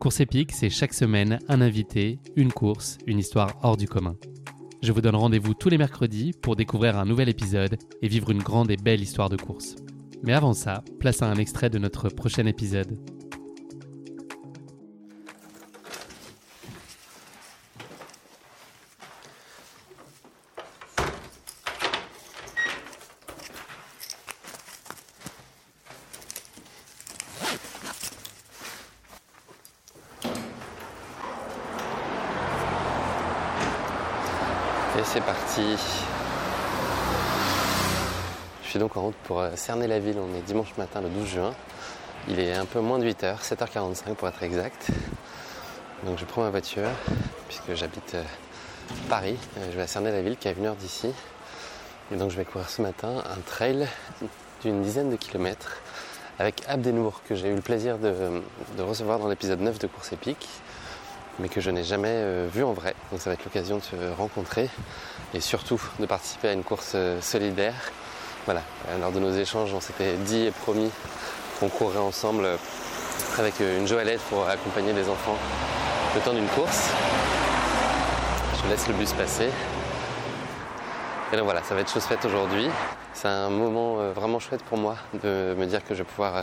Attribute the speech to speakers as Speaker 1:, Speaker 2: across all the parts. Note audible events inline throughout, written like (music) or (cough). Speaker 1: Course épique, c'est chaque semaine un invité, une course, une histoire hors du commun. Je vous donne rendez-vous tous les mercredis pour découvrir un nouvel épisode et vivre une grande et belle histoire de course. Mais avant ça, place à un extrait de notre prochain épisode.
Speaker 2: Et c'est parti. Je suis donc en route pour euh, cerner la ville. On est dimanche matin le 12 juin. Il est un peu moins de 8h, 7h45 pour être exact. Donc je prends ma voiture puisque j'habite euh, Paris. Euh, Je vais à cerner la ville qui est à une heure d'ici. Et donc je vais courir ce matin un trail d'une dizaine de kilomètres avec Abdenour que j'ai eu le plaisir de, de recevoir dans l'épisode 9 de Course Épique mais que je n'ai jamais euh, vu en vrai. Donc ça va être l'occasion de se rencontrer et surtout de participer à une course euh, solidaire. Voilà, Euh, lors de nos échanges, on s'était dit et promis qu'on courrait ensemble euh, avec euh, une joëlette pour accompagner les enfants le temps d'une course. Je laisse le bus passer. Et donc voilà, ça va être chose faite aujourd'hui. C'est un moment euh, vraiment chouette pour moi de me dire que je vais pouvoir euh,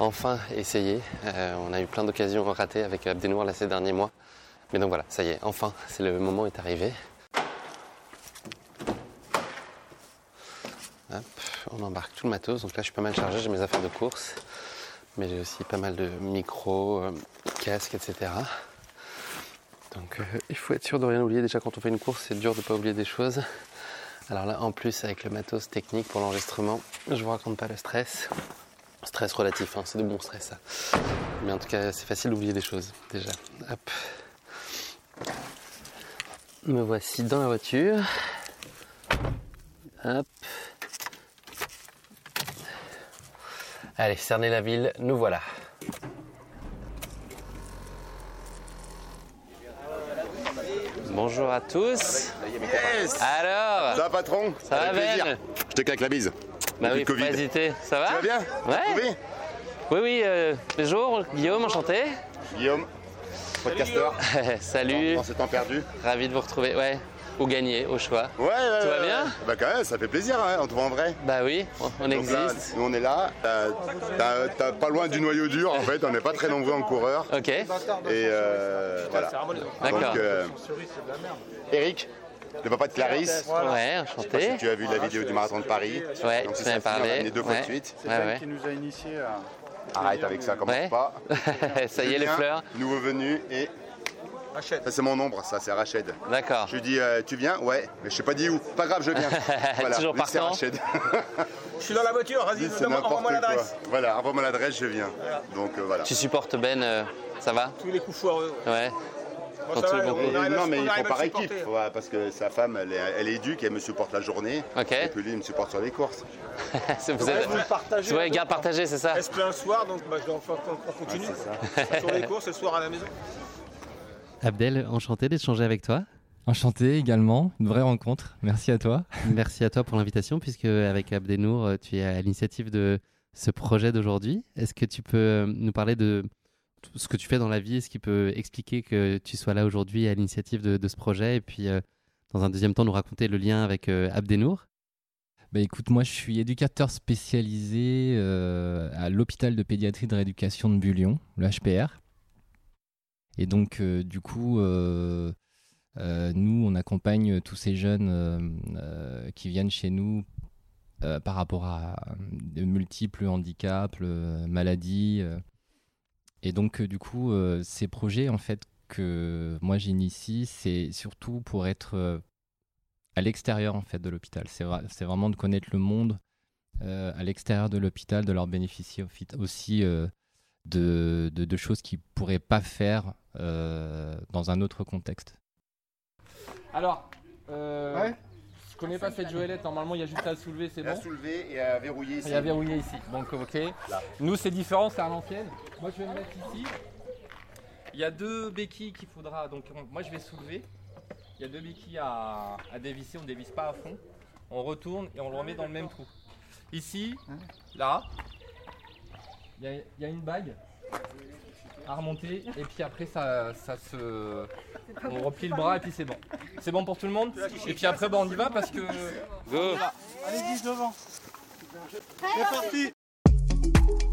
Speaker 2: enfin essayer. Euh, on a eu plein d'occasions ratées avec Abdenour là ces derniers mois. Mais donc voilà, ça y est, enfin, c'est le moment est arrivé. Hop, on embarque tout le matos. Donc là, je suis pas mal chargé, j'ai mes affaires de course. Mais j'ai aussi pas mal de micros, euh, casques, etc. Donc euh, il faut être sûr de rien oublier. Déjà, quand on fait une course, c'est dur de pas oublier des choses. Alors là, en plus, avec le matos technique pour l'enregistrement, je vous raconte pas le stress. Stress relatif, hein, c'est de bon stress ça. Mais en tout cas, c'est facile d'oublier des choses déjà. Hop. Me voici dans la voiture. Hop. Allez, cerner la ville, nous voilà. Bonjour à tous. Alors,
Speaker 3: Ça va patron
Speaker 2: ça va
Speaker 3: Avec plaisir.
Speaker 2: Ben
Speaker 3: Je te claque la bise.
Speaker 2: Bah oui,
Speaker 3: Depuis le
Speaker 2: faut
Speaker 3: Covid.
Speaker 2: pas hésiter. Ça va
Speaker 3: Ça va bien
Speaker 2: Ah, Ouais.
Speaker 3: Oui
Speaker 2: Oui, oui, euh, bonjour, Guillaume, enchanté.
Speaker 3: Guillaume, podcasteur,
Speaker 2: (laughs) Salut,
Speaker 3: dans ce temps perdu.
Speaker 2: ravi de vous retrouver. Ouais, ou gagner, au choix.
Speaker 3: Ouais, ouais,
Speaker 2: Tout va
Speaker 3: ouais,
Speaker 2: bien
Speaker 3: ouais. Bah quand même, ça fait plaisir, hein, on te voit en vrai.
Speaker 2: Bah oui, on, on
Speaker 3: Donc là,
Speaker 2: existe.
Speaker 3: nous on est là, t'as- t'as- t'as pas loin du noyau dur en fait, on n'est pas très nombreux en coureurs.
Speaker 2: Ok,
Speaker 3: Et euh, voilà.
Speaker 2: D'accord.
Speaker 3: Donc, euh, Eric, le papa de Clarisse,
Speaker 2: ouais, enchanté.
Speaker 3: tu as vu la vidéo du marathon de Paris.
Speaker 2: Ouais,
Speaker 3: Donc
Speaker 2: tu m'en as
Speaker 3: c'est sa fille, on l'a
Speaker 2: parlé.
Speaker 3: amené deux fois
Speaker 2: Ouais.
Speaker 3: de suite.
Speaker 4: C'est
Speaker 2: Ouais,
Speaker 4: elle
Speaker 2: ouais.
Speaker 4: qui
Speaker 2: (laughs)
Speaker 4: nous a initiés à.
Speaker 3: Arrête avec ça, commence
Speaker 2: Ouais.
Speaker 3: pas.
Speaker 2: ça y est, les
Speaker 3: Julien,
Speaker 2: fleurs.
Speaker 3: Nouveau venu et. Ça, c'est mon ombre, ça, c'est Rachid.
Speaker 2: D'accord.
Speaker 3: Je lui dis, euh, tu viens Ouais, mais je sais pas dit où. Pas grave, je viens.
Speaker 2: (laughs) Toujours
Speaker 3: lui, c'est
Speaker 2: partant.
Speaker 3: Rachid. (laughs)
Speaker 5: Je suis dans la voiture, vas-y,
Speaker 3: Lui, c'est
Speaker 5: donne-moi-
Speaker 3: n'importe
Speaker 5: envoie-moi
Speaker 3: quoi.
Speaker 5: l'adresse.
Speaker 3: Voilà, envoie-moi l'adresse, je viens. Donc euh, voilà.
Speaker 2: Tu supportes Ben, euh, ça va
Speaker 5: Tous les coups foireux.
Speaker 2: Ouais.
Speaker 5: Moi,
Speaker 2: Quand
Speaker 5: ça
Speaker 2: tu
Speaker 5: va,
Speaker 2: le
Speaker 5: on
Speaker 3: Et
Speaker 5: arrive à-
Speaker 3: Euh, non, mais
Speaker 5: on
Speaker 3: il
Speaker 5: arrive
Speaker 3: faut
Speaker 5: à
Speaker 3: par
Speaker 5: le
Speaker 3: équipe,
Speaker 5: supporter.
Speaker 3: voilà, parce que sa femme, elle est, elle est éduque, elle me supporte la journée.
Speaker 2: Ok.
Speaker 3: Et puis lui, il me supporte sur les courses.
Speaker 2: (laughs) C'est- vous êtes-
Speaker 5: vous le partagez,
Speaker 2: Ouais,
Speaker 5: là,
Speaker 2: garde partagée, c'est ça
Speaker 5: Elle se plaint un soir, donc bah, je dois- enfin, on on continue. Sur les courses, le soir à la maison.
Speaker 1: Abdel, enchanté d'échanger avec toi.
Speaker 6: Enchanté également, une vraie rencontre. Merci à toi.
Speaker 1: Merci à toi pour l'invitation, puisque avec Abdenour, euh, tu es à l'initiative de ce projet d'aujourd'hui. Est-ce que tu peux euh, nous parler de tout ce que tu fais dans la vie, et ce qui peut expliquer que tu sois là aujourd'hui à l'initiative de, de ce projet, et puis euh, dans un deuxième temps nous raconter le lien avec euh, Abdenour
Speaker 6: Bah écoute, moi je suis éducateur spécialisé euh, à l'hôpital de pédiatrie de rééducation de Bullion, le HPR. Et donc euh, du coup, euh, euh, nous on accompagne tous ces jeunes euh, euh, qui viennent chez nous euh, par rapport à euh, de multiples handicaps, euh, maladies. euh. Et donc euh, du coup, euh, ces projets en fait que moi j'initie, c'est surtout pour être euh, à l'extérieur en fait de l'hôpital. C'est vra- c'est vraiment de connaître le monde euh, à l'extérieur de l'hôpital, de leur bénéficier au fit- aussi euh, de, de- de choses qu'ils pourraient pas faire euh, dans un autre contexte.
Speaker 7: Alors, euh,
Speaker 3: Ouais.
Speaker 7: je connais pas cette joëlette, normalement il y a juste à soulever, c'est bon.
Speaker 3: soulever et à verrouiller
Speaker 7: Ah, Il y a verrouillé ici, donc ok. Nous c'est différent, c'est à l'ancienne. Moi je vais me mettre ici. Il y a deux béquilles qu'il faudra, donc on- moi je vais soulever. Il y a deux béquilles à, à dévisser, on ne dévisse pas à fond. On retourne et on le remet dans le même trou. Ici, là, il y a- il y, a une bague. à remonter et puis après ça, ça se. On replie le bras et puis c'est bon. C'est bon pour tout le monde Et puis après bah, on y va parce que.
Speaker 2: Go
Speaker 5: Allez, 10 devant. C'est parti